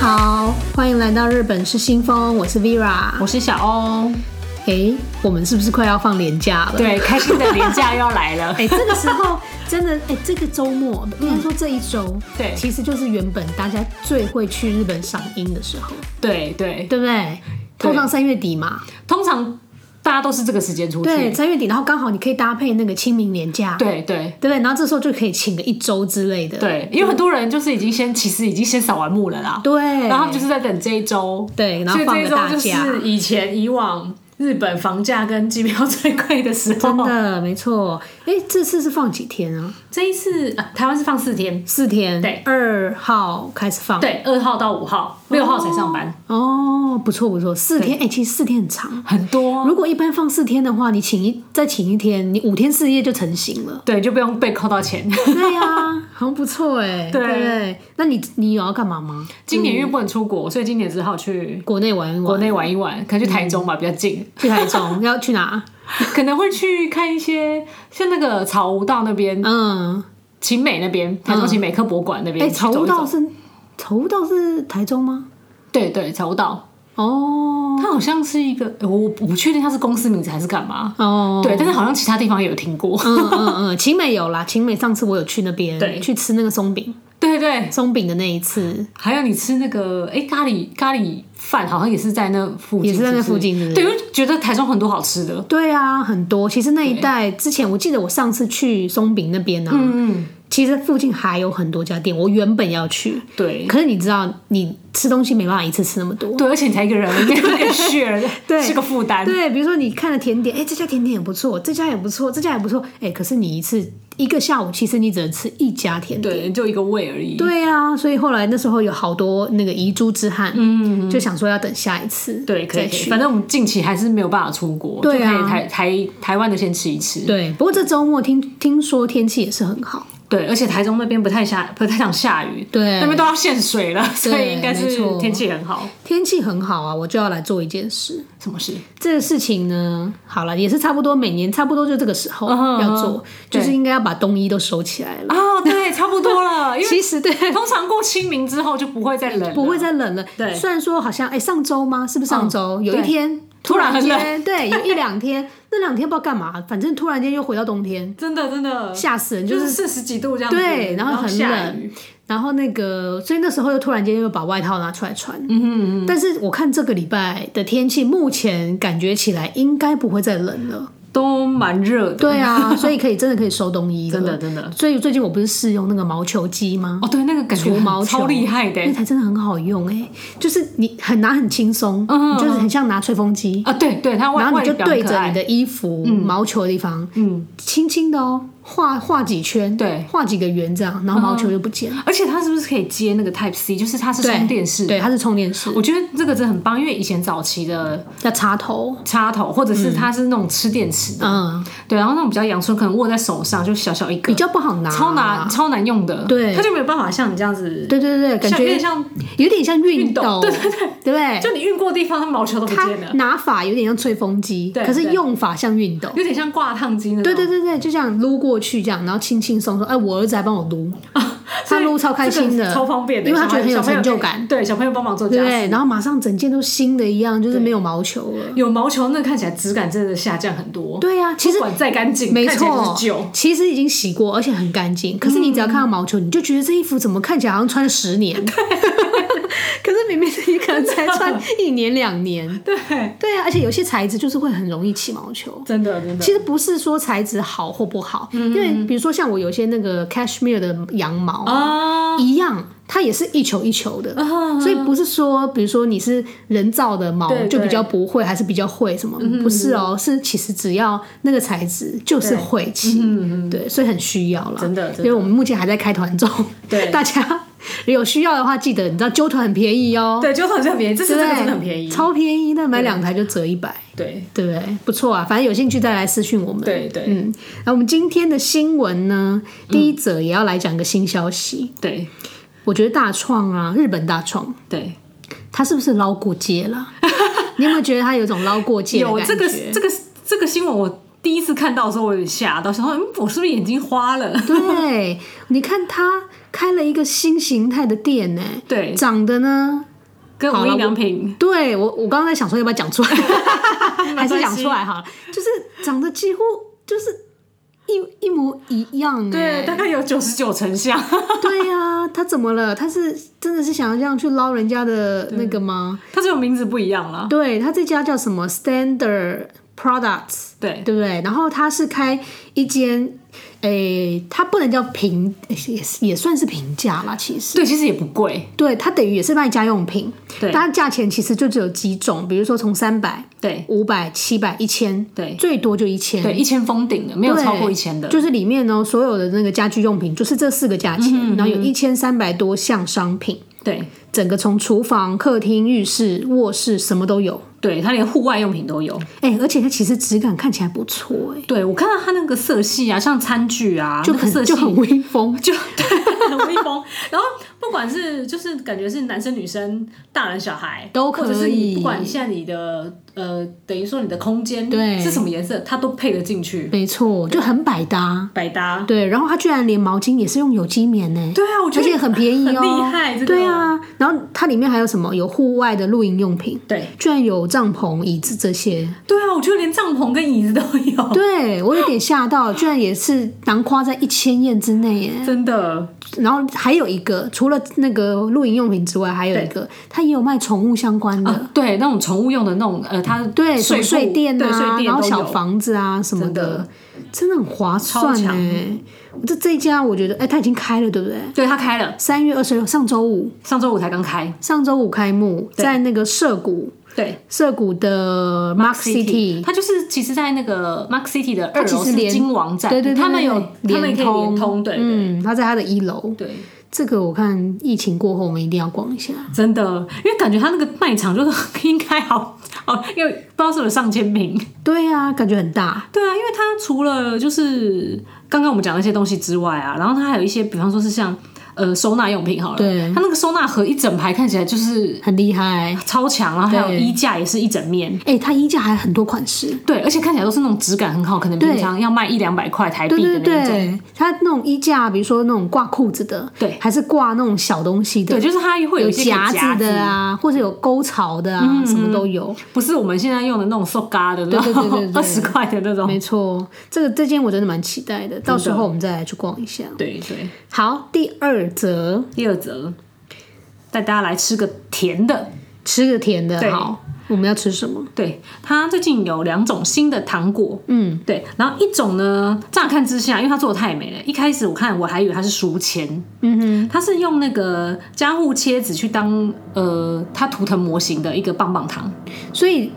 好，欢迎来到日本是新风，我是 Vera，我是小欧。诶，我们是不是快要放年假了？对，开心的年假又要来了。哎、这个时候真的，哎、 这个周末应该说这一周，对其实就是原本大家最会去日本赏樱的时候， 对对，对不对？通常三月底嘛，通常大家都是这个时间出去。对，三月底，然后刚好你可以搭配那个清明年假，对对对不对？然后这时候就可以请个一周之类的，对，因为很多人就是已经先，其实已经先扫完墓了啦。对，然后他们就是在等这一周。对，然所后放个以这一周大就假，是以前以往日本房价跟机票最贵的时候。真的没错。哎、这次是放几天啊？这一次、啊、台湾是放四天，四天，对，二号开始放，，对，二号到五号，六号才上班，哦，不错不错，四天，哎、其实四天很长。很多啊、。如果一般放四天的话，你请一再请一天，你五天四夜就成型了对，就不用被扣到钱。对 呀、好像不错哎、对不对，那你你有要干嘛吗？今年因为不能出国，所以今年只好去国内玩一国玩，内玩一玩，可能去台中吧，比较近。去台 中要去哪？可能会去看一些像那个草悟道那边、嗯，秦美那边、台中秦美科博馆那哎、边去草走悟一走。道是草悟道是台中吗？对对，草悟道，哦它好像是一个，我呃我不确定它是公司名字还是干嘛。哦，对，但是好像其他地方也有听过。嗯嗯嗯，晴美有啦，晴美上次我有去那边，对去吃那个松饼， 对对，松饼的那一次，还有你吃那个哎、咖喱咖喱饭，好像也是在那附近，也是在那不附近是不是对，我就觉得台中很多好吃的。对啊，很多。其实那一带之前，我记得我上次去松饼那边呢、嗯，其实附近还有很多家店，我原本要去，对可是你知道，你吃东西没办法一次吃那么多。对，而且你才一个人， 有点血，对是个负担。对，比如说你看了甜点，哎、这家甜点也不错，这家也不错，这家也不错，哎、可是你一次一个下午，其实你只能吃一家甜点。对，就一个胃而已。对啊，所以后来那时候有好多那个遗珠之憾，嗯就想说要等下一次对，可以再可以。去。反正我们近期还是没有办法出国，对啊就可以台台台湾的先吃一吃。对，不过这周末听听说天气也是很好，对，而且台中那边不太下，不太想下雨，对那边都要限水了，所以应该没是错天气很好。天气很好啊，我就要来做一件事。什么事？这个事情呢，好了，也是差不多每年差不多就这个时候嗯哼要做，嗯哼就是应该要把冬衣都收起来了。哦，对， 差不多了，因为其实对，通常过清明之后就不会再冷了，啊 不会再冷了。对虽然说好像哎、上周吗？是不是上周、有一对天突然很冷间， 对，有一两天，那两天不知道干嘛，反正突然间又回到冬天，真的真的吓死人！就就是是四十几度这样子，对然然后很下冷雨，然后那个，所以那时候又突然间又把外套拿出来穿。嗯嗯嗯。但是我看这个礼拜的天气，目前感觉起来应该不会再冷了。都蛮热的，对 啊，所以可以真的可以收冬衣了。真的真的。所以最近我不是试用那个毛球机吗？哦，对，那个感觉除毛球超厉害的那台真的很好用哎、就是你很拿很轻松，嗯嗯嗯你就是很像拿吹风机，啊！对对，它外然后外你就表对很可着你爱，的衣服、毛球的地方，嗯，轻轻的哦，画画几圈，对，画几个圆这样，然后毛球就不见了。而且它是不是可以接那个 Type C？就是它是对充电式的对，它是充电式，我觉得这个真的很棒，因为以前早期的要插头，插头，或者是它是那种吃电池的，嗯，对，然后那种比较阳春，可能握在手上就小小一个比，较不好拿，啊超难。超难用的，对它就没有办法像你这样子，对对对，感像有觉哎点像，有点像熨运动斗， 对对对，对不对？就你运过的地方，它毛球都不它见了，拿法有点像吹风机，对可是对用法像熨斗。有点像挂烫机那种，对对对对，就这样撸过去，这样，然后轻轻松松。哎，我儿子还帮我撸，他撸超开心啊这个的，超方便的，因为他觉得很有小朋成友就感，，对，小朋友帮忙做对家不对？事。然后马上整件都新的一样，就是没有毛球了。有毛球，那看起来质感真的下降很多。对呀、其不实管再干净，没看起来就错是旧。，嗯其实已经洗过，而且很干净。可是你只要看到毛球，你就觉得这衣服怎么看起来好像穿了十 年。可是明明是你可能才穿一年两年，对，对啊，而且有些材质就是会很容易起毛球。真的真的。其实不是说材质好或不好，嗯因为比如说像我有些那个 cashmere 的羊毛啊，一样，它也是一球一球嗯的，所以不是说，比如说你是人造的毛对就比对嗯较不会，还是比较会什么？不是哦，是其实只要那个材质就是晦嗯气，对，所以很需要啦。真的真的因为我们目前还在开团中，对 大家有需要的话，记得你知道揪团很便宜哦，对，就很这便宜，这是对这不个对，真的很便宜。超便宜的，买两台就折一百，对对不对？不错啊，反正有兴趣再来私讯我们。对对、嗯，那我们今天的新闻呢，嗯第一则也要来讲个新消息。对我觉得大创啊，日本大创，对，他是不是捞过界 了？你有没有觉得他有一种捞过界的有感觉？这个这个这个新闻，我第一次看到的时候，我有点吓到，想说，嗯，我是不是眼睛花了？ 对，你看他开了一个新形态的店呢、哎对长得呢跟好无了印良品对我，我刚刚在想说要不要讲 出来，还是讲出来好了。就是长得几乎就是一一模一样、对，欸。大概有九十九成像。 对呀、他怎么了？他是真的是想要这样去捞人家的那个吗？它只有名字不一样啦。对他这家叫什么 Standard Products，对，对不对？然后他是开一间，诶，他不能叫平，也也算是平价吧，其实。对，其实也不贵。对，它等于也是卖家用品，对它价钱其实就只有几种，比如说从三百、对五百、七百、一千，对最多就一千，对，一千封顶的，没有对超过一千的。就是里面呢所有的那个家居用品，就是这四个价嗯钱，然后有一千三百多项商品，对整个从厨房、客厅、浴室、卧室什么都有。对，它连户外用品都有。哎、而且它其实质感看起来不错、哎，对我看到它那个色系啊，像餐具啊，就那个色很系就很威风， 就对，很威风。然后不管是就是感觉是男生女生、大人小孩都可以或者是你不管现在你的呃，等于说你的空间对是什么颜色，它都配得进去，没错，就很百搭。百搭。对，然后它居然连毛巾也是用有机棉呢、对啊，我觉而得且很便宜哦，很厉害这个对啊，然后它里面还有什么？有户外的露营用品，对居然有帐篷、椅子这些。对啊，我觉得连帐篷跟椅子都有，对我有点吓到，居然也是囊括在一千元之内耶。真的。然后还有一个，除了那个露营用品之外，还有一个，它也有卖宠物相关的。啊，对，那种宠物用的那种，呃，它对，什睡么裤睡垫对睡啊，垫然后都小有房子啊什么的，真的很划超算强哎。这这一家我觉得，哎，它已经开了，对不对？对，它开了，三月二十六，上周五，上周五才刚开。上周五开幕，在那个涉谷，对涩谷的 Mark City，它就是其实，在那个 Mark City 的二它其楼实是连金王站，对对对对他们有，对他们也可以连通，对对嗯，它在它的一楼。对，这个我看疫情过后，我们一定要逛一下。真的，因为感觉他那个卖场就是 应该好好，因为不知道是不是上千名。对啊，感觉很大，对啊，因为它除了就是刚刚我们讲的那些东西之外啊，然后它还有一些，比方说是像呃收纳用品好了，对它那个收纳盒一整排看起来就是很厉害。超强，然后还有对衣架也是一整面。哎、它衣架还很多款式。对，而且看起来都是那种质感很好，可能对平常要卖一两百块台币对的那对种。对，它那种衣架，比如说那种挂裤子的，对还是挂那种小东西的，对，就是它会有有一些嗯个夹子的啊，或者有沟槽的啊，什么都有。不是我们现在用的那种塑嘎的那对对对对种对二十块的那种。没错，这个这间我真的蛮期待的，到时候我们再来去逛一下。对对，好，第二则第二则带大家来吃个甜的。吃个甜的，对好，我们要吃什么？对，它最近有两种新的糖果，嗯，对，然后一种呢，乍看之下，因为它做的太美了，一开始我看我还以为它是熟签，嗯哼。它是用那个加护切子去当呃它图腾模型的一个棒棒糖，所以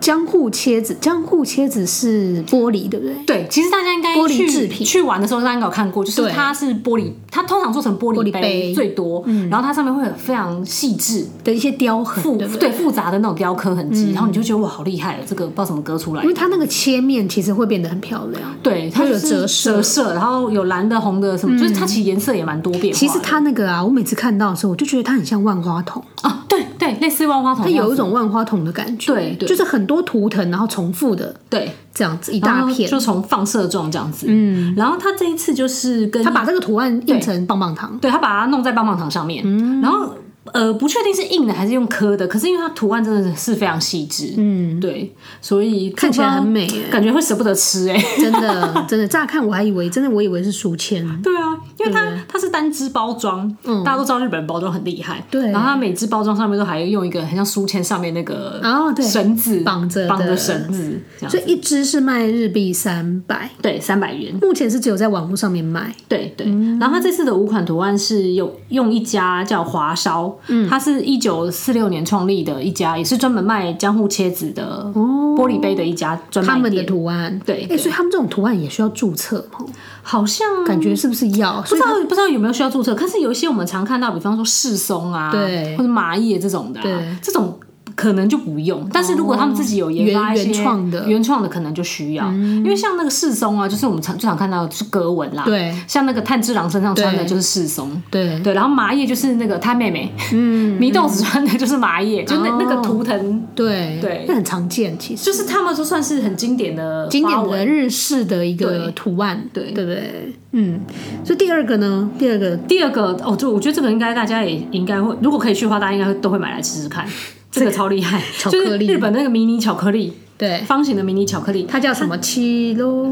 江户切子，江户切子是玻璃，对不对？对，其实大家应该玻璃去制品去玩的时候，大家应该有看过，就是对它是玻璃，它通常做成玻玻璃璃杯杯最多，然后它上面会有非常细致。的一些雕痕，复对不对？嗯对复杂的那种雕刻痕迹，然后你就觉得哇，好厉害哦！这个不知道怎么割出来因为。它那个切面其实会变得很漂亮。对，它会有就是折射嗯折射，然后有蓝的、红的什么，就是它其实颜色也蛮多变化的。其实它那个啊，我每次看到的时候，我就觉得它很像万花筒，啊，对对，类似万花筒它的样子，有一种万花筒的感觉，对对就是很多图腾，然后重复的对这样子一然大后片，哦就从放射状这样子。嗯，然后它这一次就是跟它把这个图案印成棒棒糖，对，他把它弄在棒棒糖上面，嗯然后呃，不确定是硬的还是用磕的，可是因为它图案真的是非常细致，嗯，对，所以看起来很美这个耶不知道感觉会舍不得吃哎、真的 真的，乍看我还以为真的，我以为是书签，对啊，因为它它是单支包装，大家都知道日本包装很厉害，嗯对然后它每支包装上面都还用一个很像书签上面那个哦对绳子绑着的绑着绳子这样所，以一支是卖日币三百，对，三百元，目前是只有在网络上面卖，对对，嗯然后它这次的五款图案是用用一家叫华烧，嗯它是一九四六年创立的一家，也是专门卖江户切子的玻璃杯的一家专哦他卖们的店，图案，对哎，对所以他们这种图案也需要注册哦。好像感觉是不是要？不所以知道不知道有没有需要注册，但是有一些我们常看到，比方说世松啊，对或者麻叶这种的、啊，对这种。可能就不用。但是如果他们自己有研发一些哦原原创的嗯原创的可能就需要，因为像那个世松啊，就是我们常最常看到的是格纹啦，对像那个炭治郎身上穿的对就是世松，对，对，然后麻叶就是那个他妹妹，嗯，祢豆子穿的就是麻叶，就那哦那个图腾，对对那很常见，其实就是他们说算是很经典的经花典的纹日式的一个对图案，对对不对？嗯，所以第二个呢，第二个第二个哦，就我觉得这个应该大家也应该会，如果可以去的话，大家应该都会买来 吃吃看。这个超厉害，巧克力就是日本那个迷你巧克力，对，方形的迷你巧克力，它叫什么？七喽，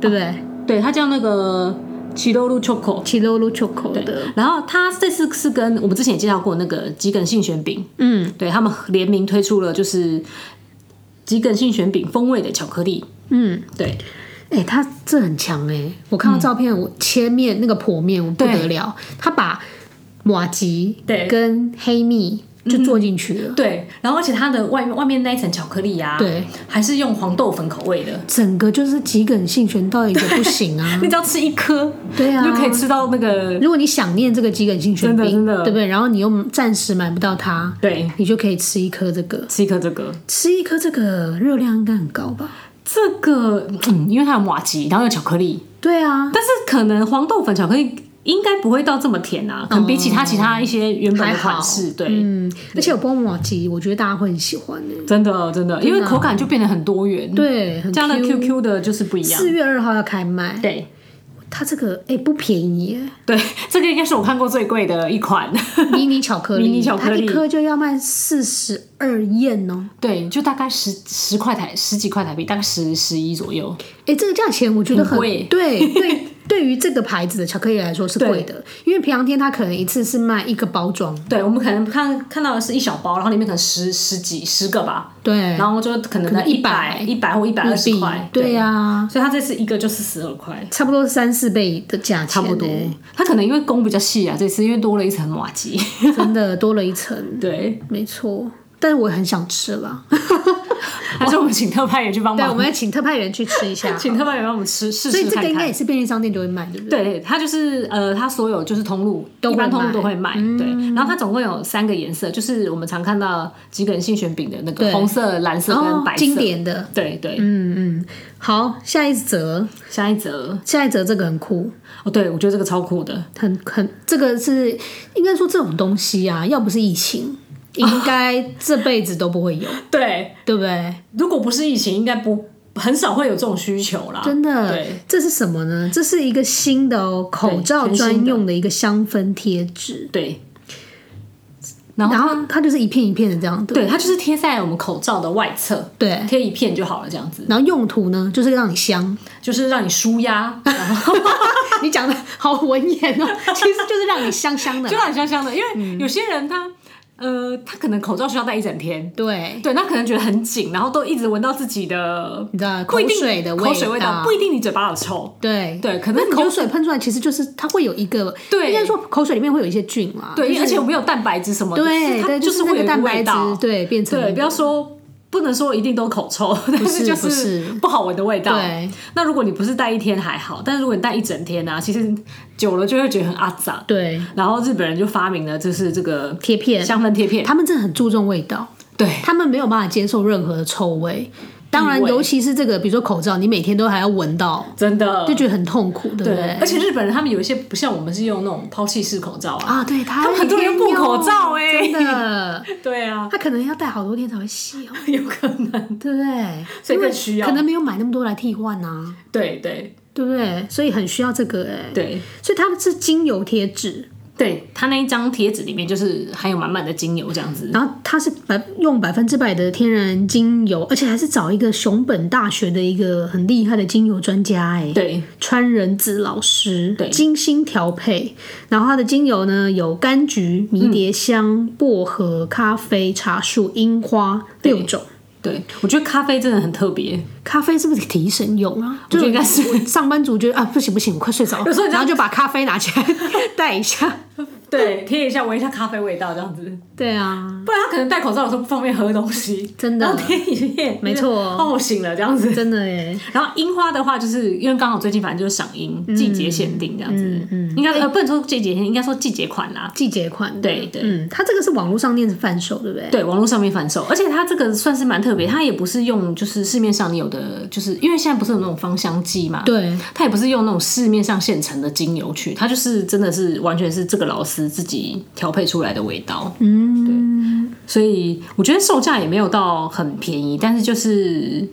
对不对？对，它叫那个奇多露 choco。七喽喽 choco 的，然后它这次是跟我们之前也介绍过那个桔梗杏玄饼，嗯对他们联名推出了就是桔梗杏玄饼风味的巧克力。嗯，对，哎、它这很强哎、我看到照片，我切面那个剖面，我不得了，它把马吉嗯对嗯跟黑蜜就做进去了，对，然后而且它的外面外面那一层巧克力呀、啊，对，还是用黄豆粉口味的。整个就是桔梗性玄到一个不行啊 你，只要吃一颗，对啊你就可以吃到那个如果你想念这个桔梗性玄饼，真的真的对不对？然后你又暂时买不到它，对，你就可以吃一颗这个，吃一颗这个，吃一颗这个热量应该很高吧？这个嗯，因为它有马吉，然后有巧克力，对啊，但是可能黄豆粉巧克力应该不会到这么甜啊，可能比起它其他一些原本还的好款式，对，嗯，而且有波马吉，我觉得大家会很喜欢的、真的啊真的，因为口感就变得很多元，，对，很加了 Q。 QQ 的就是不一样四，月二号要开卖，对它这个哎、不便宜耶，对，这个应该是我看过最贵的一款，迷你巧克力，迷你巧克力它一颗就要卖四十二燕哦。对，就大概十十块台十几块台币，大概十十一左右，哎、这个价钱我觉得很很贵对对， 对于这个牌子的巧克力来说是贵的，因为平常天它可能一次是卖一个包装，对我们可能看看到的是一小包，然后里面可能十十几十个吧，对，然后就可能在可能一百一百或一百二十币块，，对呀、所以它这次一个就是十二块。差不多三四倍的价钱，欸差不多，它可能因为工比较细啊，这次因为多了一层马吉，真的多了一层，对，没错。但是我很想吃了， 还是我们请特派员去帮对，我忙，。们要请特派员去吃一下 哦请特派员帮我们吃试所以试这看个应该看也。是便利商店就会卖，对不对？对，它就是呃，它所有就是通路，都会一般通路卖都会卖。嗯对，然后它总共有三个颜色，就是我们常看到桔梗杏玄饼的那对个红色、蓝色哦跟白色。经。典的，对对，嗯嗯。好，下一则，下一则下一则这个很酷，哦，对我觉得这个超酷的，很很，这个是应该说这种东西啊，要不是疫情，应该这辈子都不会有， 对，对不对？如果不是疫情，应该不很少会有这种需求啦。真的对，这是什么呢？这是一个新的哦，口罩全新的专用的一个香氛贴纸，对。然后然后它就是一片一片的这样的，对，它就是贴在我们口罩的外侧，对。贴一片就好了，这样子，然后用途呢，就是让你香。就是让你舒 压，然后 你讲的好文 言哦，其实就是让你香香的就。让你香香的。因为嗯有些人他，呃，他可能口罩需要戴一整天，对，对，那可能觉得很紧，然后都一直闻到自己的你知道不口一定水的口水味道，不一定你嘴巴有臭，对对可能那你就口水喷出来，其实就是它会有一个，对应该说口水里面会有一些菌嘛，对，就是而且我没有蛋白质什么的，对对，它就是那会个有蛋白味质道，对变成对，不要说。不能说一定都口臭， 但是是就不是不好闻的味道。对，那如果你不是戴一天还好，但是如果你戴一整天啊，其实久了就会觉得很阿杂。对然后日本人就发明了，就是这个贴片，香氛贴片，他们真的很注重味道，对他们没有办法接受任何的臭味。当然，异味尤其是这个，比如说口罩，你每天都还要闻到，真的就觉得很痛苦，对不对对，？而且日本人他们有一些不像我们是用那种抛弃式口罩 啊，啊，对他他们很多人一天用布口罩用欸真的，对啊，他可能要戴好多天才会洗哦， 有可能，对不对？所以因为更需要可能没有买那么多来替换啊，对对对不对？嗯所以很需要这个哎、对所以他们是精油贴纸，对，他那一张贴纸里面就是含有满满的精油这样子，然后它是百用百分之百的天然精油，而且还是找一个熊本大学的一个很厉害的精油专家哎、对川人子老师对精心调配，然后它的精油呢有柑橘、迷迭香、薄荷、咖啡、茶树、樱花六种。对，我觉得咖啡真的很特别，咖啡是不是提神用啊？我觉得应该是我上班族觉得啊不行不行，我快睡着了有时候，你然知道后就把咖啡拿起来 带一下。对，贴一下闻一下咖啡味道这样子，对啊，不然他可能戴口罩的时候不方便喝东西，真的然后贴一片，没错哦，我醒了这样子。真的耶，然后樱花的话，就是因为刚好最近反正就是赏樱，季节限定这样子，嗯应该呃不能说季节限，应该说季节款啦。季节款的，对对嗯，它这个是网络上面贩售，对不对？对，网络上面反售，而且它这个算是蛮特别，它也不是用就是市面上你有的，就是因为现在不是有那种芳香剂嘛，对，它也不是用那种市面上现成的精油去，它就是真的是完全是这个老师自己调配出来的味道，嗯，所以我觉得售价也没有到很便宜，但是就是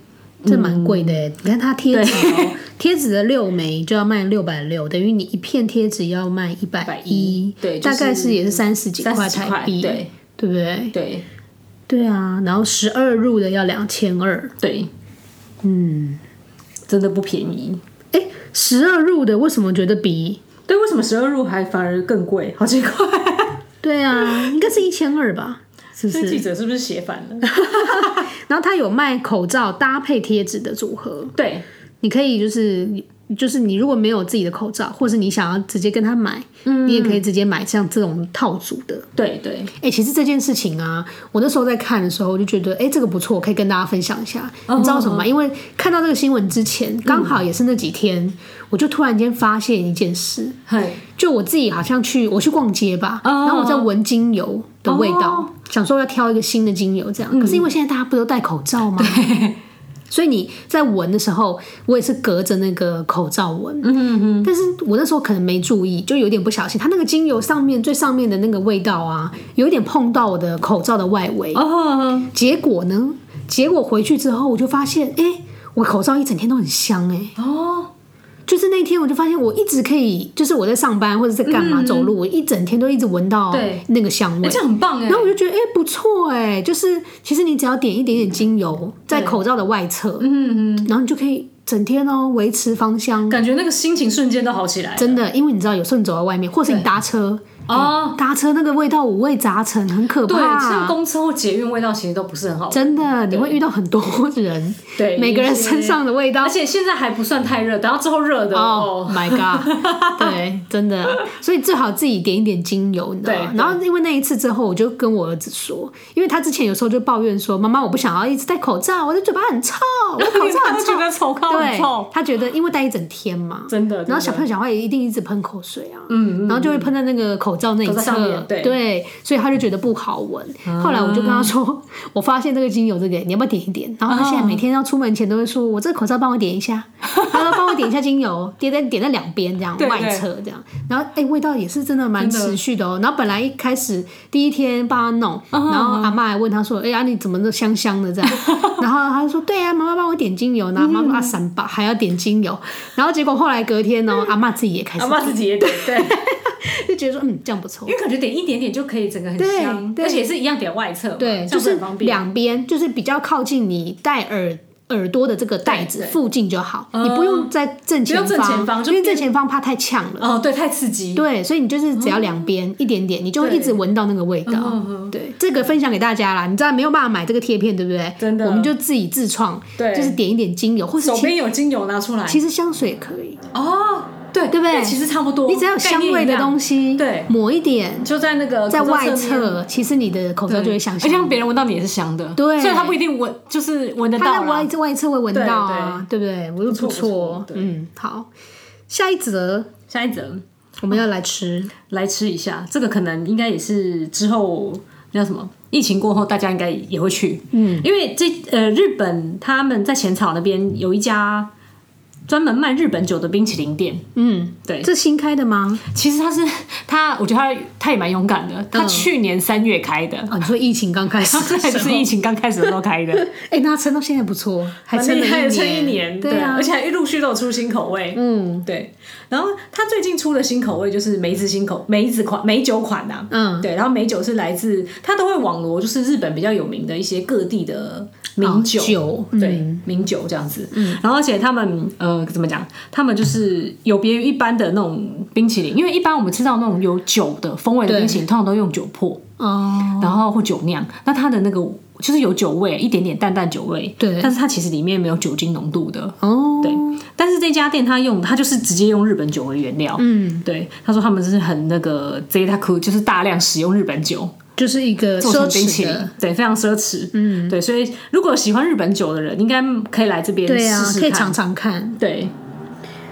这蛮贵的耶。你看它贴纸哦， 贴纸的六枚就要卖六百六，等于你一片贴纸要卖一百一110，对就大是概是也是三十几三块十台块，币，对对不对？对对啊，然后十二入的要两千二，对，嗯，真的不便宜。哎，十二入的为什么觉得比？对，为什么十二入还反而更贵？好奇怪！对啊，应该是一千二吧，是不 这是？者是不是写反了？然后它有卖口罩搭配贴纸的组合，对，你可以就是就是你如果没有自己的口罩，或是你想要直接跟他买，你也可以直接买像这种套组的。对对，哎、其实这件事情啊，我那时候在看的时候，我就觉得，哎、这个不错，可以跟大家分享一下。你知道什么吗？因为看到这个新闻之前，刚好也是那几天，我就突然间发现一件事，嘿，就我自己好像去我去逛街吧，哦然后我在闻精油的味道，哦嗯想说要挑一个新的精油这样。可是因为现在大家不都戴口罩吗？ 所以你在闻的时候，我也是隔着那个口罩闻，嗯嗯但是我那时候可能没注意，就有点不小心，它那个精油上面最上面的那个味道啊，有点碰到我的口罩的外围。哦，结果呢，结果回去之后我就发现，哎、我口罩一整天都很香哎、诶哦，就是那天我就发现，我一直可以，就是我在上班或者在干嘛走路，我一整天都一直闻到嗯对那个香味哎，。这样很棒哎然！后我就觉得，哎、不错哎、就是其实你只要点一点点精油在口罩的外侧，嗯嗯，然后你就可以整天哦维持芳香。感觉那个心情瞬间都好起来。真的，因为你知道，有时候你走在外面，或是你搭车，哦，搭车那个味道五味杂陈，很可对，像怕。公车或捷运味道其实都不是很好闻。真的，你会遇到很多人，对，每个人一些身上的味道而且现在还不算太热，等到之后热的哦、哦， m y God，对， 真的，所以最好自己点一点精油，你知道吗？对然后因为那一次之后，我就跟我儿子说，因为他之前有时候就抱怨说，妈妈，我不想要一直戴口罩，我的嘴巴很臭，我的口罩很 你臭觉。得口罩很对臭，，他觉得因为戴一整天嘛，真的。然后真小的朋友讲话也一定一直喷口水啊，然后就会喷在那个口罩那一口罩上侧面，对啊所以他就觉得不好闻。后来我就跟他说，我发现这个精油这个，你要不要点一点？然后他现在每天要出门前都会说，我这个口罩帮我点一下，他说帮我点一下精油，点在点在两边这样对对外侧这样，然后哎、味道也是真的蛮真的持续的哦。然后本来一开始第一天帮他弄，嗯然后阿妈还问他说，哎呀、你怎么都香香的这 样？然后他就说，对呀、啊妈妈帮我点精油，然后嗯妈妈说啊三八还要点精油，然后结果后来隔天呢，阿妈自己也开始嗯阿妈自己也点，对，就觉得说，嗯，这样不错因。为感觉点一点点就可以整个很对香，对而且也是一样点外侧嘛，对，就这样会是很方便。两边，就是比较靠近你戴耳耳朵的这个袋子对对嗯附近就好，你不用在正前不用正前方就因为正变前方怕太呛了。哦，对，太刺激。对，所以你就是只要哦两边一点点，你就会一直闻到那个味嗯道。对，这个分享给大家啦。你知道没有办法买这个贴片，对不对？真的我们就自己自创，对就是点一点精油，或是手其边有精油拿出来，其实香水也可以，哦，对对不对那其实差不多，你只要有香味的东西，西，对抹一点就在那个在口罩外侧面，侧，其实你的口罩就会香嗯而香且的。让别人闻到你也是香的，对所以他不一定闻，就是闻得到它在啦。外外侧会闻到啊，对不对？我就不不错错不错，对嗯，好。下一则下一则我们要来吃，来吃一下，这个可能应该也是之后叫什么？疫情过后，大家应该也会去，嗯，因为这呃，日本他们在浅草那边有一家专门卖日本酒的冰淇淋店，嗯，对这新开的吗？其实他是他，我觉得他他也蛮勇敢的，他去年三月开的，啊，你说疫情刚开始他的嗯时这还候，不是疫情刚开始的时候开的， 哎，那它撑到现在不错，还撑蛮了厉害的一撑年，一年，对啊而，且还陆续都有出新口味。嗯对，然后他最近出的新口味就是梅子新口梅子款梅酒款呐、嗯对，然后梅酒是来自他都会网罗，就是日本比较有名的一些各地的名酒，哦酒对嗯，名酒这样子。嗯，然后而且他们呃怎么讲，他们就是有别于一般的那种冰淇淋，因为一般我们吃到那种有酒的风味的冰淇淋，通常都用酒粕，哦，然后或酒酿，那它的那个就是有酒味，一点点淡淡酒味，对但是它其实里面没有酒精浓度的，哦，对。但是这家店它用它就是直接用日本酒为原料，嗯，对。他说他们是很那个 Zeta Cool，就是大量使用日本酒，就是一个做奢成冰侈淇淋的，，对，非常奢侈。嗯，对，所以如果喜欢日本酒的人，应该可以来这边对啊试，试看。可以尝尝看。对，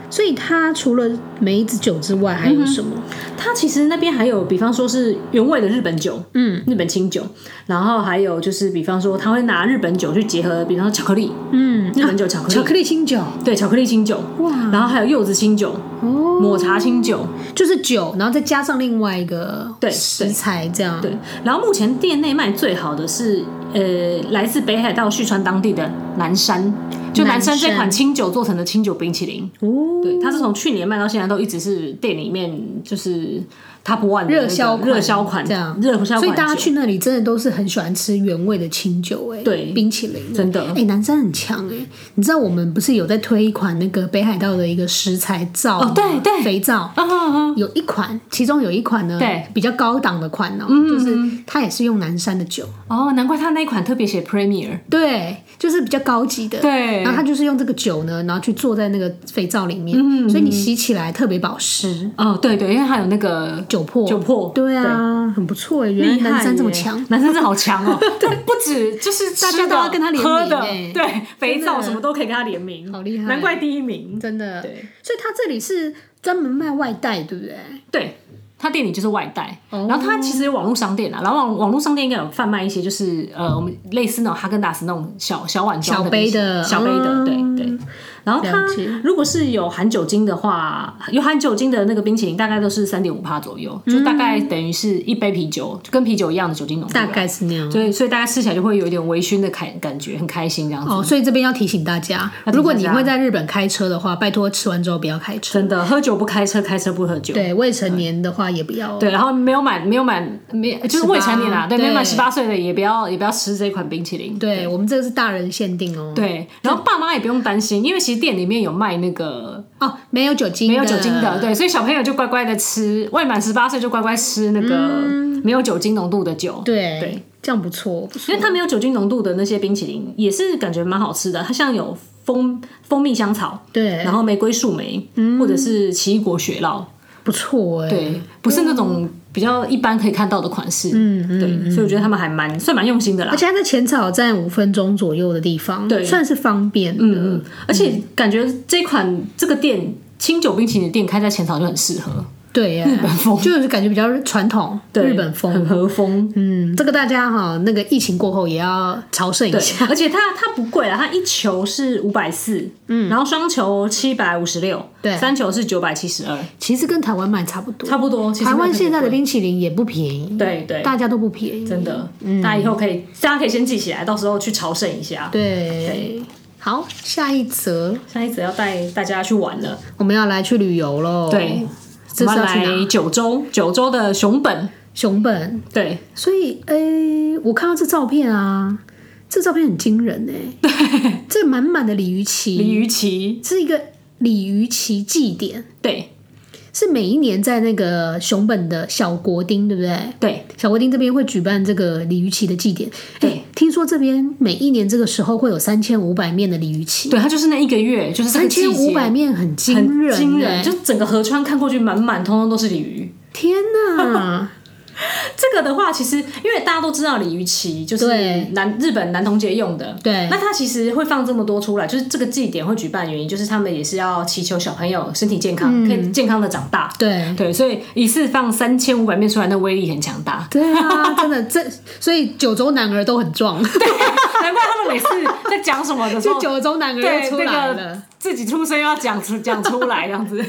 所以它除了梅子酒之外，还有什么？它其实那边还有，比方说是原味的日本酒，嗯，日本清酒，然后还有就是，比方说他会拿日本酒去结合，比方说巧克力，嗯，日本酒巧克力，巧克力清酒对，巧克力清酒，哇，然后还有柚子清酒、哦，抹茶清酒，就是酒，然后再加上另外一个对食材这样。对。然后目前店内卖最好的是，呃，来自北海道旭川当地的南山，就南山南山这款清酒做成的清酒冰淇淋，哦，对，它是从去年卖到现在都一直是店里面就是 top one 的那个热销款热销款这样热销款酒，所以大家去那里真的都是很喜欢吃原味的清酒、哎，对冰淇淋，真的 哎、南山很强哎、你知道我们不是有在推一款那个北海道的一个食材皂吗、哦对对肥皂。啊啊啊有一款，其中有一款呢，对，嗯比较高档的款哦、就是它也是用南山的酒，哦，难怪他那一款特别写 Premier，对，就是比较高级的，对然后它就是用这个酒呢，然后去做在那个肥皂里面，嗯所以你洗起来特别保湿，哦，对对，因为它有那个酒粕，酒粕，对啊，很不错哎、原嗯厉来害南山这么耶强，，南山真的好强 哦，对，不止就是大家吃的都要跟它联喝名的耶对，肥真的皂什么都可以跟它联名，好厉害难怪第一名，真的，对所以他这里是专门卖外带，对不对？对。他店里就是外带，哦然后他其实有网络商店啊，然后网网络商店应该有贩卖一些，就是呃，我们类似那种哈根达斯那种小小碗装小杯的小杯的，对嗯对。然后它了解如果是有含酒精的话，有含酒精的那个冰淇淋大概都是三点五帕左右，就大概等于是一杯啤酒，就跟啤酒一样的酒精浓度大啊，概是那样。所以所以大家吃起来就会有一点微醺的感感觉，很开心这样子。哦，所以这边要提醒大家，大家如果你会在日本开车的话，拜托吃完之后不要开车。真的，喝酒不开车，开车不喝酒。对，未成年的话也不要哦。对然后没有满没有满没就是18未成年啊，对，对没有满十八岁的也不要也不要吃这款冰淇淋。对，我们这个是大人限定哦。对，然后爸妈也不用担心，因为其实店里面有卖那个哦，没有酒精，没有酒精的，。对，所以小朋友就乖乖的吃，未满十八岁就乖乖吃那个没有酒精浓度的酒。嗯对对，嗯这样不错，不错因为它没有酒精浓度的那些冰淇淋也是感觉蛮好吃的，它像有蜂蜂蜜香草，对然，后玫瑰树莓，嗯或者是奇异果雪酪，不错哎。对，不是那种比较一般可以看到的款式，嗯嗯，对，所以我觉得他们还蛮算蛮用心的啦而，且它在浅草站五分钟左右的地方，对算是方便的。嗯嗯，而且感觉这款这个店清酒冰淇淋店开在浅草就很适合，对呀，日本风就是感觉比较传统，对日本风。很和风，嗯，这个大家哈，那个疫情过后也要朝圣一对 下。，而且它它不贵啦，它一球是五百四，嗯，然后双球七百五十六，对三球是九百七十二，其实跟台湾买差不多，差不多，其实台湾现在的没有冰淇淋也不便宜，特别贵对对。大嗯家都不便宜，真的，大家以后可以，大家可以先记起来，到时候去朝圣一下。对。好，下一则下一次要带大家去玩了，我们要来去旅游喽。对，这我是们要去来哪？九州，九州的熊本，熊本。对，所以，诶、我看到这照片啊，这照片很惊 人哎、这满满的鲤鱼鲤旗鱼旗，是一个鲤鱼旗祭典，对是每一年在那个熊本的小国町，对不对？对，小国町这边会举办这个鲤鱼旗的祭典。对哎，听说这边每一年这个时候会有三千五百面的鲤鱼旗，对，它就是那一个月，就是这三个季千节五百面很惊很人、欸，惊人，就整个河川看过去，满满通通都是鲤鱼。天哪！这个的话，其实因为大家都知道鲤鱼旗就是对男日本男童节用的，对那它其实会放这么多出来，就是这个祭典会举办的原因，就是他们也是要祈求小朋友身体健康，可以健康的长大。对。对，所以一次放三千五百面出来，那威力很强大对啊，真的这，所以九州男儿都很 壮，难怪他们每次在讲什么的时就候，九州男儿对又出来那了个，自己出声要讲出讲出来这样子。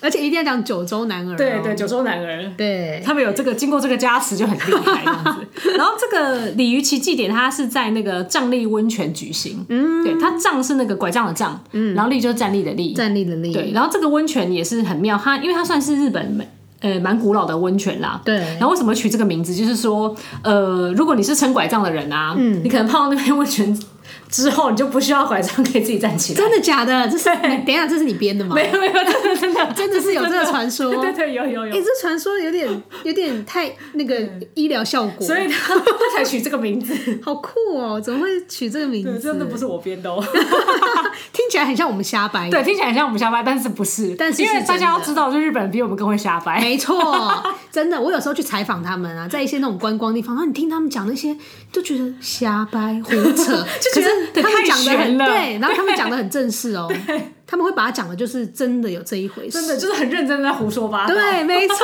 而且一定要讲九州男儿哦、 对对，九州男儿。对他们有这个经过这个加持就很厉害这样 子。然后这个鲤鱼旗祭典，它是在那个瘴立温泉举行。嗯，对，它瘴是那个拐杖的杖，嗯，然后立就是站立的立。站立的立，对，然后这个温泉也是很妙，它因为它算是日本蛮呃蛮古老的温泉啦。对然后为什么取这个名字？就是说，呃，如果你是撑拐杖的人啊，嗯，你可能泡到那边温泉之后，你就不需要拐杖，可以自己站起来。真的假的？这是你等一下，这是你编的吗？没有没有，真的真的真的是有这个传说 对对对，有有有哎、。这传说有点有点太那个医疗效果，所以他他才取这个名字，好酷哦！怎么会取这个名字？真的不是我编的 哦。 听起来很像我们瞎掰。对，听起来很像我们瞎掰，但是不是？但是是因为大真的家要知道，就日本人比我们更会瞎掰。没错，真的，我有时候去采访他 们啊，在一些那种观光地方，然后你听他们讲那些，就觉得瞎掰胡扯 ，就觉可是得他们讲的太玄很了对，然后他们讲的很正式 哦，他们会把它讲的就是真的有这一回事，真的就是很认真地在胡说八道。对，没错，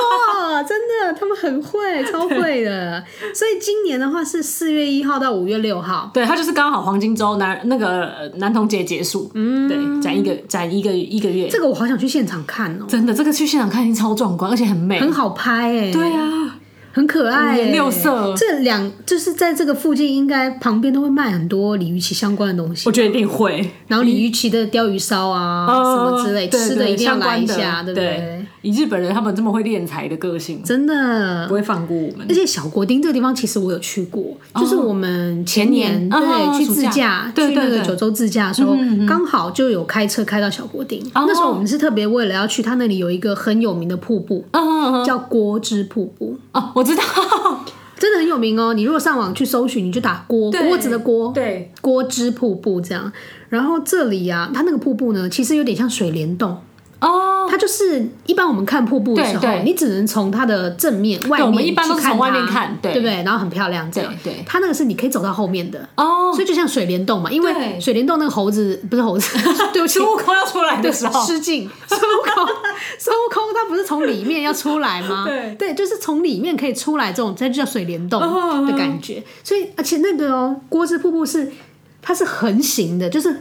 真的，他们很会，超会 的。所以今年的话是四月一号到五月六号，对，它就是刚好黄金周男那个呃男童节结束，嗯，对，展一个展一个一个月，这个我好想去现场看哦，真的这个去现场看已经超壮观，而且很美，很好拍哎、对啊，很可爱、五欸，颜六色这两就是在这个附近，应该旁边都会卖很多李玉琦相关的东西我，觉得一定会，然后李玉琦的鲷鱼烧啊、什么之类，哦对吃呃对的一定要相来关一的下，对不对？对？以日本人他们这么会敛财的个性，真的不，会放过我们而。且小国町这个地方其实我有去过，就是我们前年哦前年哦对去暑自假驾，对去那对个对九州自驾的时候，刚好就有开车开到小国町。哦那时候我们是特别为了要去它那里有一个很有名的瀑布，嗯嗯嗯，叫郭之瀑布，哦，我 知道，真的很有名哦。你如果上网去搜寻，你就打郭对郭子的郭，对，郭之瀑布这样。然后这里啊，它那个瀑布呢，其实有点像水帘洞。哦，它就是一般我们看瀑布的时候，对对你只能从它的正面、外面，我们一般都是从外面看对对不对？然后很漂亮，这样。对对它那个是你可以走到后面的，哦，所以就像水帘洞嘛，因为对水帘洞那个猴子不是猴 子，对不起孙。悟空要出来的时候，失敬，孙悟空， 孙悟空他不是从里面要出来吗？对嗯就是从里面可以出来，这种这就叫水帘洞的感觉。所以，而且那个哦，郭氏瀑布是它是横行的，就是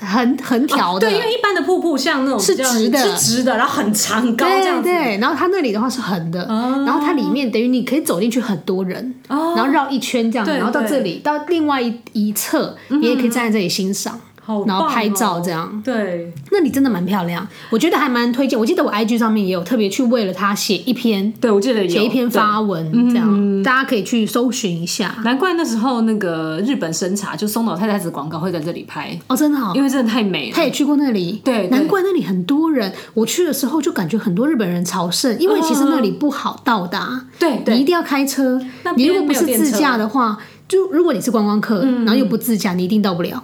横横条的、哦对，因为一般的瀑布像那种是比较直的是直的，然后很长很高这样子对，对，然后它那里的话是横的，然后它里面等于你可以走进去很多人，哦然后绕一圈这样，对嗯然后到这里到另外一一侧，你也可以站在这里欣赏，好然后棒拍哦照这样。对，那里真的蛮漂亮，我觉得还蛮推荐。我记得我 IG 上面也有特别去为了它写一篇对我记得有写一篇哦对嗯发文，这样大家可以去搜寻一下。难怪那时候那个日本生茶就松岛太太子广告会在这里拍，哦，真的好因，为真的太美了他。也去过那里，对对难怪那里很多人。我去的时候就感觉很多日本人朝圣，因为其实那哦里不好到达，对你一对定要开车那。你边如果不是没有电自车嗯驾的话，就如果你是观光客，然后又不自驾，你一定到不了。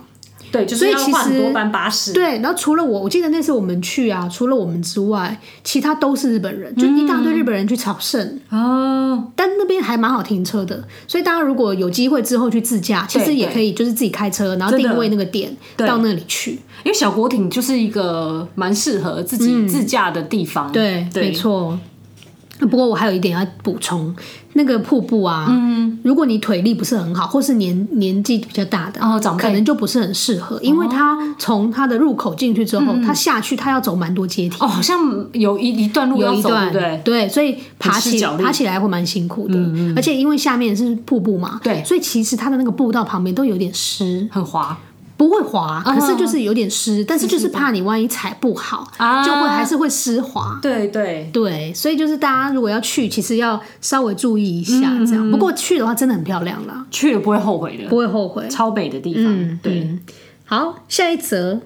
对，就所以是要其换很实多班巴士。对，然后除了我，我记得那次我们去啊，除了我们之外，其他都是日本嗯人，就一大堆日本人去朝圣。哦，但那边还蛮好停车的，所以大家如果有机会之后去自驾，其实对也可以就是自己开车，然后真的定位那个点对到那里去。因为小国町就是一个蛮适合自己自驾的地方。嗯对，对没错。不过我还有一点要补充，那个瀑布啊，嗯如果你腿力不是很好，或是年年纪比较大的，哦长辈哦可能就不是很适合，因为它从它的入口进去之后，它下去它要走蛮多阶梯，嗯哦，好像有一一段路有要一走，对段不对？所以爬很吃起脚力嗯爬起来会蛮辛苦的，而且因为下面是瀑布嘛，对所以其实它的那个步道旁边都有点湿，很滑不会滑，嗯可是就是有点湿，但是就是怕你万一踩不好，啊就会还是会湿滑。对对，对，所以就是大家如果要去，其实要稍微注意一下，嗯这样。不过去的话真的很漂亮啦，去了不会后悔的，不会后悔。超美的地方。对，嗯，好，下一则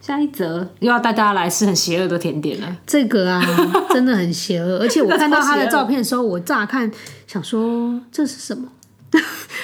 下一则又要带大家来吃很邪恶的甜点了。这个 啊，真的很邪恶。而且我看到他这的个超邪恶照片的时候，我乍看想说这是 什么，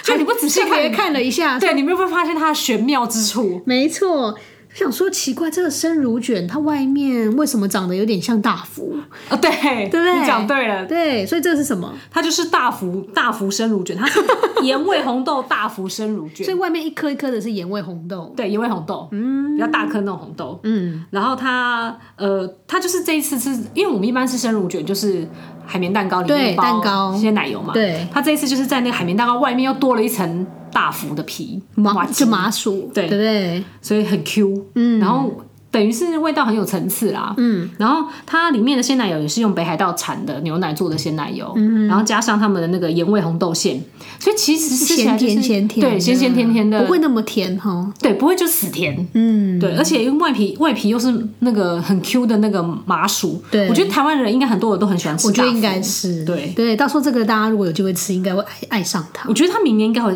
所以你不仔细特别看，看了一下，对，你们会发现它的玄妙之处。没错。想说奇怪，这个生乳卷它外面为什么长得有点像大福？哦，对，对对不对？你讲对了，对，所以这是什么？它就是大福大福生乳卷，它 是盐味红豆大福生乳所卷以。外面一颗一颗的是盐味红豆，对，盐味红豆，嗯，比较大颗那种红豆，嗯，然后它，呃，它就是这一次是，因为我们一般是生乳卷，就是海绵蛋糕里对面包蛋糕些奶油嘛，对，它这一次就是在那个海绵蛋糕外面又多了一层大福的皮，麻哇就麻薯，对对不对？所以很 Q，嗯，然后等于是味道很有层次啦，嗯，然后它里面的鲜奶油也是用北海道产的牛奶做的鲜奶油，嗯，然后加上他们的那个盐味红豆馅，所以其实吃起来咸就是甜咸甜的，对，咸咸甜甜的，不会那么甜哈。对，不会就死甜，嗯，嗯对，而且因为外皮外皮又是那个很 Q 的那个麻薯，对我觉得台湾人应该很多人都很喜欢吃，我觉得应该，是对对，到时候这个大家如果有机会吃，应该会爱爱上它 我。觉得它明年应该会。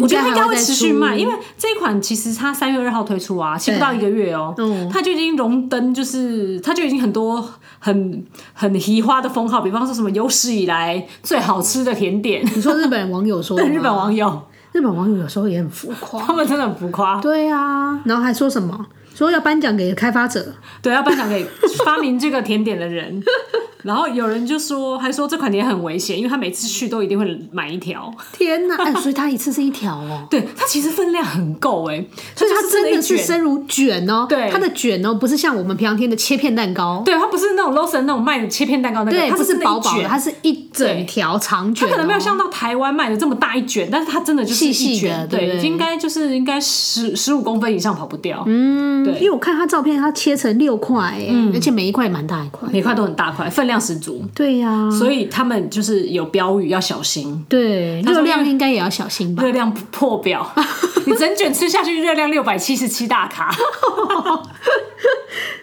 我觉得它应该会持续卖，应该还会再出因为这一款其实它三月二号推出啊，其实不到一个月哦、嗯它就已经荣登，就是它就已经很多很很奇花的封号，比方说什么有史以来最好吃的甜点， 你说日本网友说的对吗，日本网友日本网友有时候也很浮夸。他 们真的很浮夸，对啊，然后还说什么？说要颁奖给开发者，对，要颁奖给发明这个甜点的人， 然后有人就说，还说这款也很危险，因为他每次去都一定会买一条。天 哪！哎，所以它一次是一条哦，对，它其实分量很够哎、所以它 就是真一的是卷欸生乳卷哦，对它的卷哦不是像我们平常天的切片蛋糕，对，它不是那种 Lawson 那种卖切片蛋糕那个，对，它不是是薄薄的，它它是一整条长卷哦，可能没有像到台湾卖的这么大一卷，但是它真的就是一细细卷，的对对，不对应该就是应该十十五公分以上跑不掉，嗯，对因为我看它照片，它切成六块哎，而且每一块也蛮大一块，每块都很大块，分量十足，对呀，所以他们就是有标语要小心，对，他说热量应该也要小心吧。热量破表， 你整卷吃下去热量六百七十七大卡，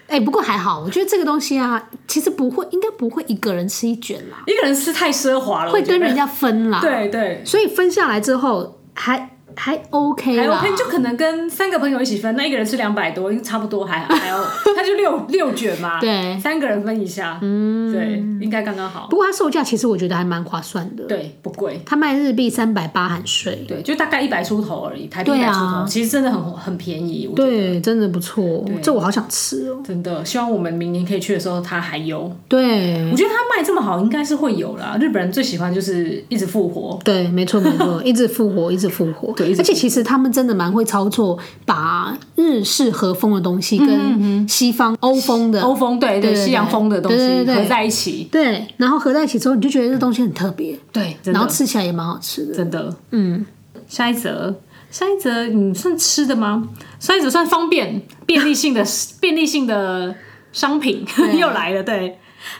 哎、不过还好，我觉得这个东西啊，其实不会，应该不会一个人吃一卷啦，一个人吃太奢华了，会我觉得跟人家分啦。，对对。所以分下来之后还还 OK 还啦。 OK，就可能哎跟三个朋友一起分，那一个人吃两百多，应该差不多还 还有，他就六六卷嘛，对三个人分一下，嗯，对，应该刚刚好，不过它售价其实我觉得还蛮划算的，对，不贵，它卖日币三百八含税，对，就大概一百出头而已，台币一对百啊出头，其实真的很很便宜，我觉得，对，真的不错，这我好想吃哦。真的，希望我们明年可以去的时候它还有，对我觉得它卖这么好，应该是会有啦。日本人最喜欢就是一直复活，对，没错没错，一直复活，一直复 活。对一直而且其实他们真的蛮会操作，把日式和风的东西跟西方嗯欧风的欧风对对对西洋风的东对对西对对合在一起，对，然后合在一起之后，你就觉得这东西很特别，对，真然后的吃起来也蛮好吃的。真的。嗯，下一则，下一则，你算吃的吗？下一则算方 便、便利性的便利性的商品 又来了。对，啊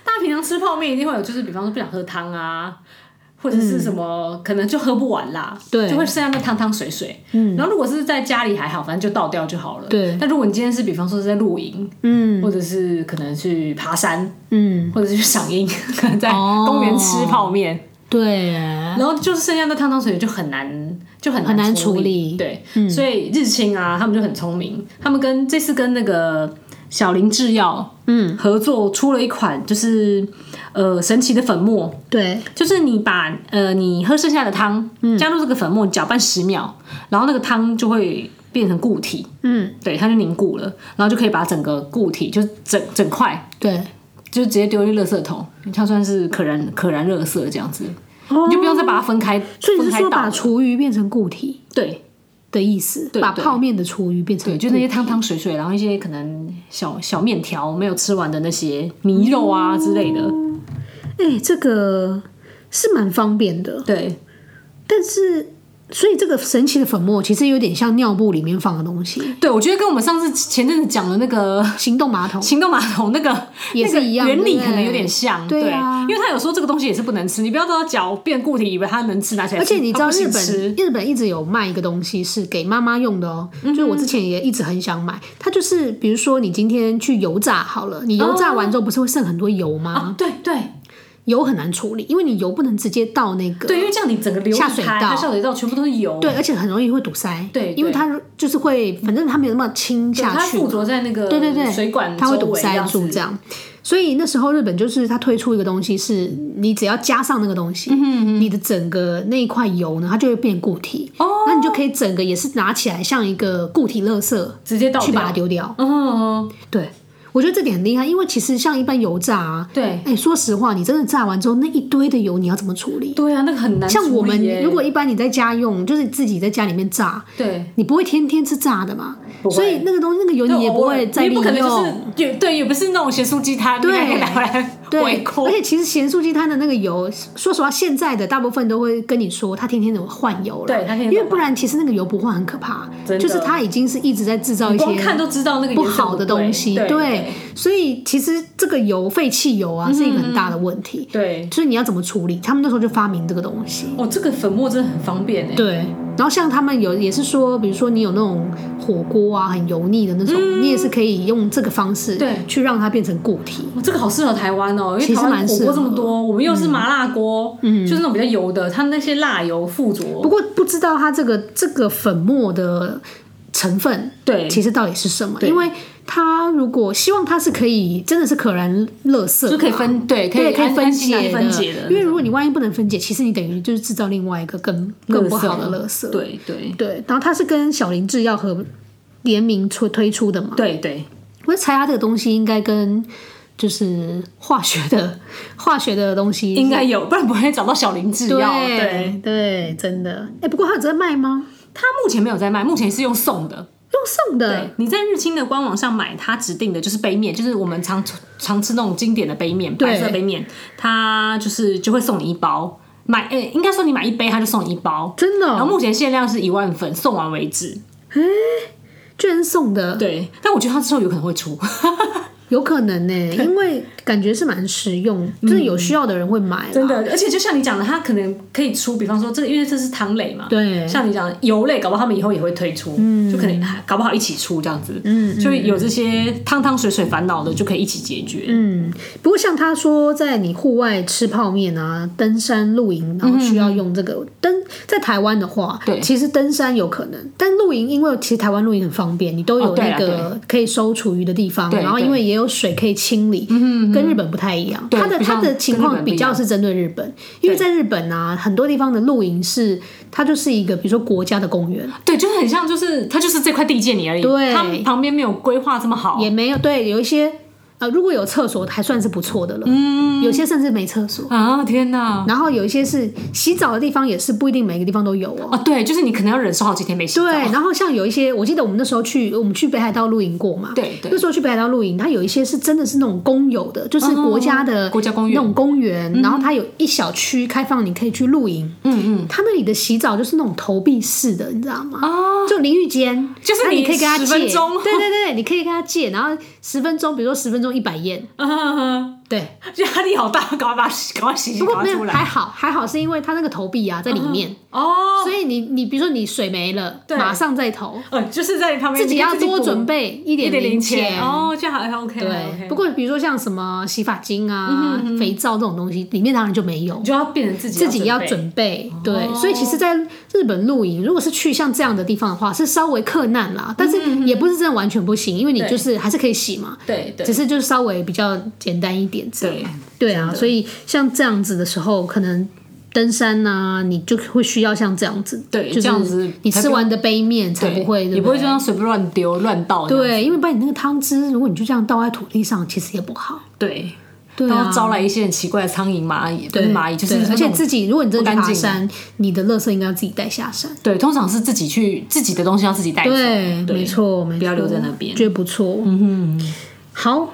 大家平常吃泡面一定会有，就是比方说不想喝汤啊，或者是什么，可能就喝不完啦，对就会剩下那汤汤水水。嗯，然后如果是在家里还好，反正就倒掉就好了。对但如果你今天是比方说是在露营，嗯或者是可能去爬山，嗯，或者是去赏樱， 可能在哦公园吃泡面。对，然后就是剩下的汤汤水水就很难，就很很难难处理嗯理。对，所以日清啊，他们就很聪明，他们跟这次跟那个小林制药嗯合作出了一款，就是呃神奇的粉末，对，就是你把呃你喝剩下的汤嗯加入这个粉末，搅拌十秒，然后那个汤就会变成固体，嗯，对，它就凝固了，然后就可以把整个固体就是整整块。对，就直接丢进垃圾桶，它算是可燃可燃垃圾这样子，你就不用再把它分开，哦所以你是分开说倒把了厨余变成固体对的意思，对把对泡面的厨余变成对，就那些汤汤水水，然后一些可能小小面条没有吃完的那些米肉啊之类的，哎、这个是蛮方便的，对但是。所以这个神奇的粉末其实有点像尿布里面放的东西，对，我觉得跟我们上次前阵子讲的那个 行动马桶。行动马桶那个也是一样那对个原不理对可能有点像，对对啊因为他有说这个东西也是不能吃，你不要到脚变固体以为它能吃，拿起来而吃，且你知道它不日行本吃嗯日本一直有卖一个东西是给妈妈用的哦，就是我之前也一直很想买。它就是比如说你今天去油炸好了，你油炸完之后不是会剩很多油吗？啊，对对油很难处理，因为你油不能直接倒那个对，因为这样你整个流下水开道它下水道全部都是油，对，而且很容易会堵塞。对对因为它就是会，反正它没有那么清对，下它去附。着在那个对对对，水管它会周堵围塞住子这样。所以那时候日本就是它推出一个东西，是你只要加上那个东西，嗯你的整个那一块油呢，它就会变固体。哦，那你就可以整个也是拿起来像一个固体垃圾直接倒去把它掉，丢掉。嗯，对，我觉得这点很厉害，因为其实像一般油炸啊，对哎，说实话，你真的炸完之后那一堆的油，你要怎么处理？对啊，那个很难处理像耶，我们如果一般你在家用，就是自己在家里面炸，对。你不会天天吃炸的嘛，不会所以那个东西那个油就你也不偶尔会再你利也不用。可能就是也对，也不是那种咸酥鸡摊，对你还可以拿回 来对回，而锅。且其实咸酥鸡摊的那个油，说实话，现在的大部分都会跟你说，他天天有换油了，对它天因天为都换不然其实那个油不换很可怕，真的就是它已经是一直在制造一些光看都知道那个不颜色好的对东西，对对所以其实这个油废弃油啊是一个很大的问题，对。所以你要怎么处理？他们那时候就发明这个东西，哦，这个粉末真的很方便哎。对，然后像他们有也是说，比如说你有那种火锅啊，很油腻的那种，你也是可以用这个方式嗯对去让它变成固体。哦，这个好适合台湾哦，因其为实台湾蛮火适合锅这么多，我们又是麻辣锅，嗯，就是那种比较油的，它那些辣油附着，不过不知道它这个这个粉末的成分对，其实到底是什么，对因为它如果希望它是可以真的是可燃垃圾，就可以。分，对，可对，以可以安分安心地解分解的，因为如果你万一不能分解，其实你等于就是制造另外一个更更不好的垃圾。对对对，然后它是跟小林制药合联名出推出的嘛，对对，我就猜它这个东西应该跟就是化学的化学的东西，应该有，不然不会找到小林制药。对，对对，真的。哎、不过他有在卖吗？它目前没有在卖，目前是用送的。用送的，你在日清的官网上买，它指定的就是杯面，就是我们常常吃那种经典的杯面，对白色杯面，它就是就会送你一包。买，呃、应该说你买一杯，它就送你一包。真的然后哦、目前限量是一万份，送完为止。居然送的，对，但我觉得它之后有可能会出。有可能呢、因为感觉是蛮实用，就是有需要的人会买啦。嗯真的， 而且就像你讲的，它可能可以出，比方说这个，因为这是汤类嘛，对像你讲的油类，搞不好他们以后也会推出，就可能啊搞不好一起出这样子，嗯，就有这些汤汤水水烦恼的就可以一起解决，嗯，嗯，不过像他说，在你户外吃泡面啊、登山露营，然后需要用这个、登，在台湾的话，对其实登山有可能，但露营因为其实台湾露营很方便，你都有哦对那啊个可以收厨余的地方，对嗯然后因为也有水可以清理，跟日本不太一样。对他的比较他的情况跟日本不一比样较是针对日本，因为在日本啊，很多地方的露营是它就是一个比如说国家的公园，对，就是很像，就是它就是这块地界你而已，对它旁边没有规划这么好，也没有对有一些呃，如果有厕所还算是不错的了，嗯，有些甚至没厕所。啊，天哪，然后有一些是洗澡的地方，也是不一定每个地方都有哦。啊，对，就是你可能要忍受好几天没洗澡，啊对，然后像有一些，我记得我们那时候去，我们去北海道露营过嘛。对对那时候去北海道露营，它有一些是真的是那种公有的，就是国家的、哦国家公园那种公园，然后它有一小区开放，你可以去露营。嗯嗯，它那里的洗澡就是那种投币式的，你知道吗？哦，就淋浴间，就是那你你可以跟他借， 10分钟对对对，你可以跟他借，然后十分钟，比如说十分钟一百烟，啊哈哈，对，压力好大，赶快把它洗，赶快洗，不哎过赶快没有出还来，嗯好，还好是因为它那个投币啊在里面，哦，所以你你比如说你水没了，对马上再投，呃，就是在旁边自己要多补准备一一点点零钱。哦，这样还 OK 还对 OK，，不过比如说像什么洗发精啊、肥皂这种东西，里面当然就没有你，就要变成自己自己要备准备。哦对，所以其实，在日本露营，如果是去像这样的地方的话，是稍微克难啦，但是也不是真的完全不行，因为你对就是还是可以洗嘛，对对只是就是稍微比较简单一点这样。对，对啊，所以像这样子的时候，可能登山呐、你就会需要像这样子，对就是这样子你才吃完的杯面才对不会，对也不会对这样随便乱丢乱倒这样。对，因为把你那个汤汁，如果你就这样倒在土地上，其实也不好。对对然后啊，招来一些很奇怪的苍蝇、蚂蚁，不对是蚂蚁，就是对那而且种自己，如果你真的去不爬干净的山，你的垃圾应该要自己带下山。对，通常是自己去自己的东西要自己带走。对，没错，没错，不要留在那边觉得不错。嗯好，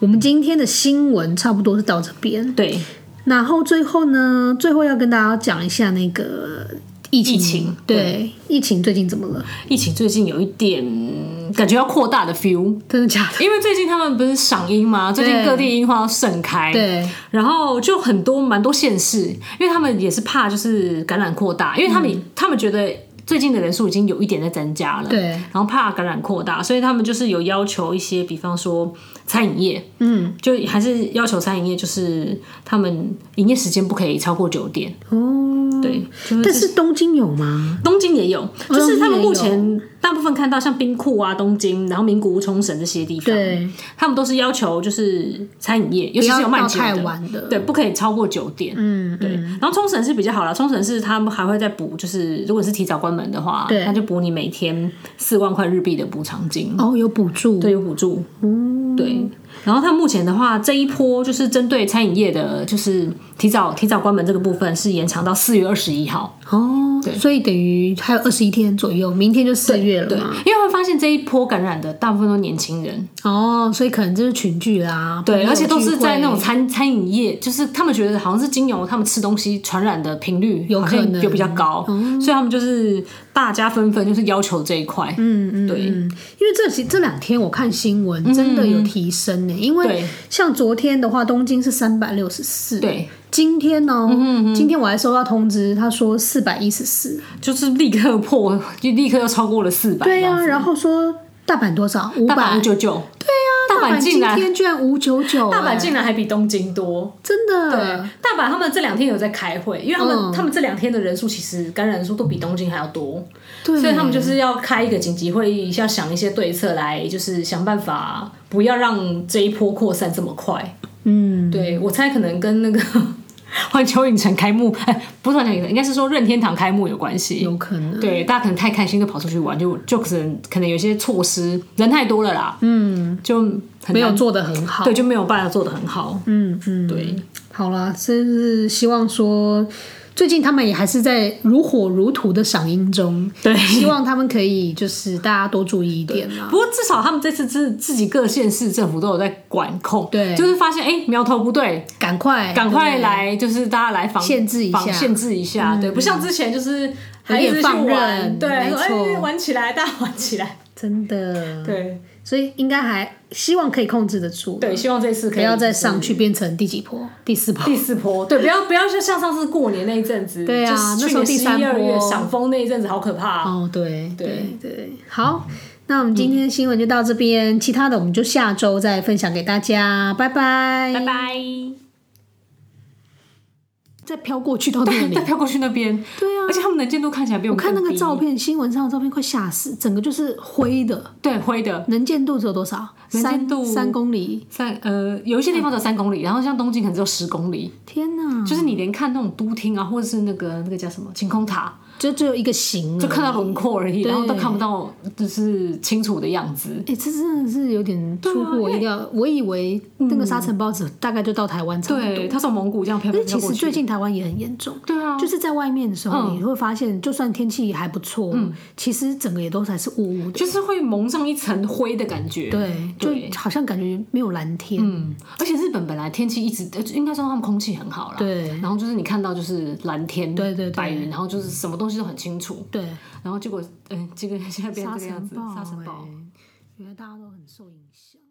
我们今天的新闻差不多是到这边。对，然后最后呢，最后要跟大家讲一下那个疫情，疫情对疫情最近怎么了？疫情最近有一点感觉要扩大的 feel，真的假的？因为最近他们不是赏樱吗？最近对各地樱花要盛开，对然后就很多蛮多县市，因为他们也是怕就是感染扩大，因为他们、他们觉得最近的人数已经有一点在增加了，，嗯对，然后怕感染扩大，所以他们就是有要求一些，比方说餐饮业，嗯，就还是要求餐饮业，就是他们营业时间不可以超过九点，哦，对，就是但是东京有吗？东京也有，就是他们目哦东京前大部分看到像冰库啊、东京，然后名古屋、冲绳这些地方，对，他们都是要求就是餐饮业，尤不其要是有卖到酒太的晚的，对，不可以超过九点。嗯，对。然后冲绳是比较好了，冲绳是他们还会再补，就是如果是提早关门的话，对那就补你每天四万块日币的补偿金，哦，有补助，对，有补助。嗯，对。然后他目前的话，这一波就是针对餐饮业的，就是提早提早关门这个部分是延长到四月二十一号。哦，所以等于还有二十一天左右，明天就四月对，了嘛。因为会发现这一波感染的大部分都年轻人，哦，所以可能就是群聚啦，对，朋友而且都是在那种聚会餐餐饮业，就是他们觉得好像是精油，他们吃东西传染的频率有好像可能哦就比较高，所以他们就是大家纷纷就是要求这一块，嗯嗯，对嗯，因为这几这两天我看新闻真的有提升呢、因为嗯对像昨天的话，东京是三百六十四，对，今天嗯呢、今天我还收到通知，他说四百一十四，就是立刻破，就立刻又超过了四百，对呀、然后说大阪多少？五大阪五百，九九，对呀、大阪今竟然天居然五九九，哎大阪竟然还比东京多。真的，大阪他们这两天有在开会，因为他们、嗯他们这两天的人数其实感染人数都比东京还要多，对，所以他们就是要开一个紧急会议，要想一些对策来，就是想办法不要让这一波扩散这么快。嗯，对我猜可能跟那个 环球影城开幕， 哎，不是环球影城，应该是说任天堂开幕有关系。有可能。对，大家可能太开心就跑出去玩，就就可能可能有些措施人太多了啦，嗯，就很没难有做的很好，对，就没有办法做的很好。嗯嗯，对，好啦，真是希望说，最近他们也还是在如火如荼的赏樱中，对希望他们可以就是大家多注意一点啊啦。不过至少他们这次自自己各县市政府都有在管控，对就是发现哎、苗头不对，赶快，赶快对来，就是大家来防限制一下嗯防限制一下，对，不像之前就是还一直去有点放任玩，对，没说哎、错嗯玩起来，大家玩起来，真的，对所以应该还希望可以控制得住，，啊对，希望这次可以不要再上去变成第几波，第四波，第四波，对，不要不要像像上次过年那一阵子，对啊就是那时去候年第十三一二月波赏枫那一阵子好可怕、哦，对对嗯对，好。那我们今天的新闻就到这边，其他的我们就下周再分享给大家，拜拜。拜拜，再飘过去到那 对，里再，飘过去那边，嗯对啊而且他们能见度看起来比我我们看那更个低照，片，新闻上的照片快吓死，整个就是灰的，对，灰的。能见度只有多少？能三见度三公里，三呃，有一些地方只有三公里，然后像东京可能只有十公里，天哪！就是你连看那种都厅啊，或者是那个那个叫什么晴空塔，就只有一个形了，就看到轮廓而已，嗯对然后都看不到就是清楚的样子。哎、这真的是有点出乎我意料。我以为那个沙尘暴只大概就到台湾差不多，对，它从蒙古这样飘可飘是飘其过实去。最近台湾也很严重。对啊，就是在外面的时嗯候，你会发现，就算天气还不错，其实整个也都还是雾雾的。就是会蒙上一层灰的感觉。对，就好像感觉没有蓝天。嗯，而且日本本来天气一直，呃应该说他们空气很好啦。对然后就是你看到就是蓝天，对对对白云，然后就是什么东西都很清楚。对，然后结果，嗯、这个现在变成沙这个样尘子，暴、欸沙尘暴。哎原来大家都很受影响。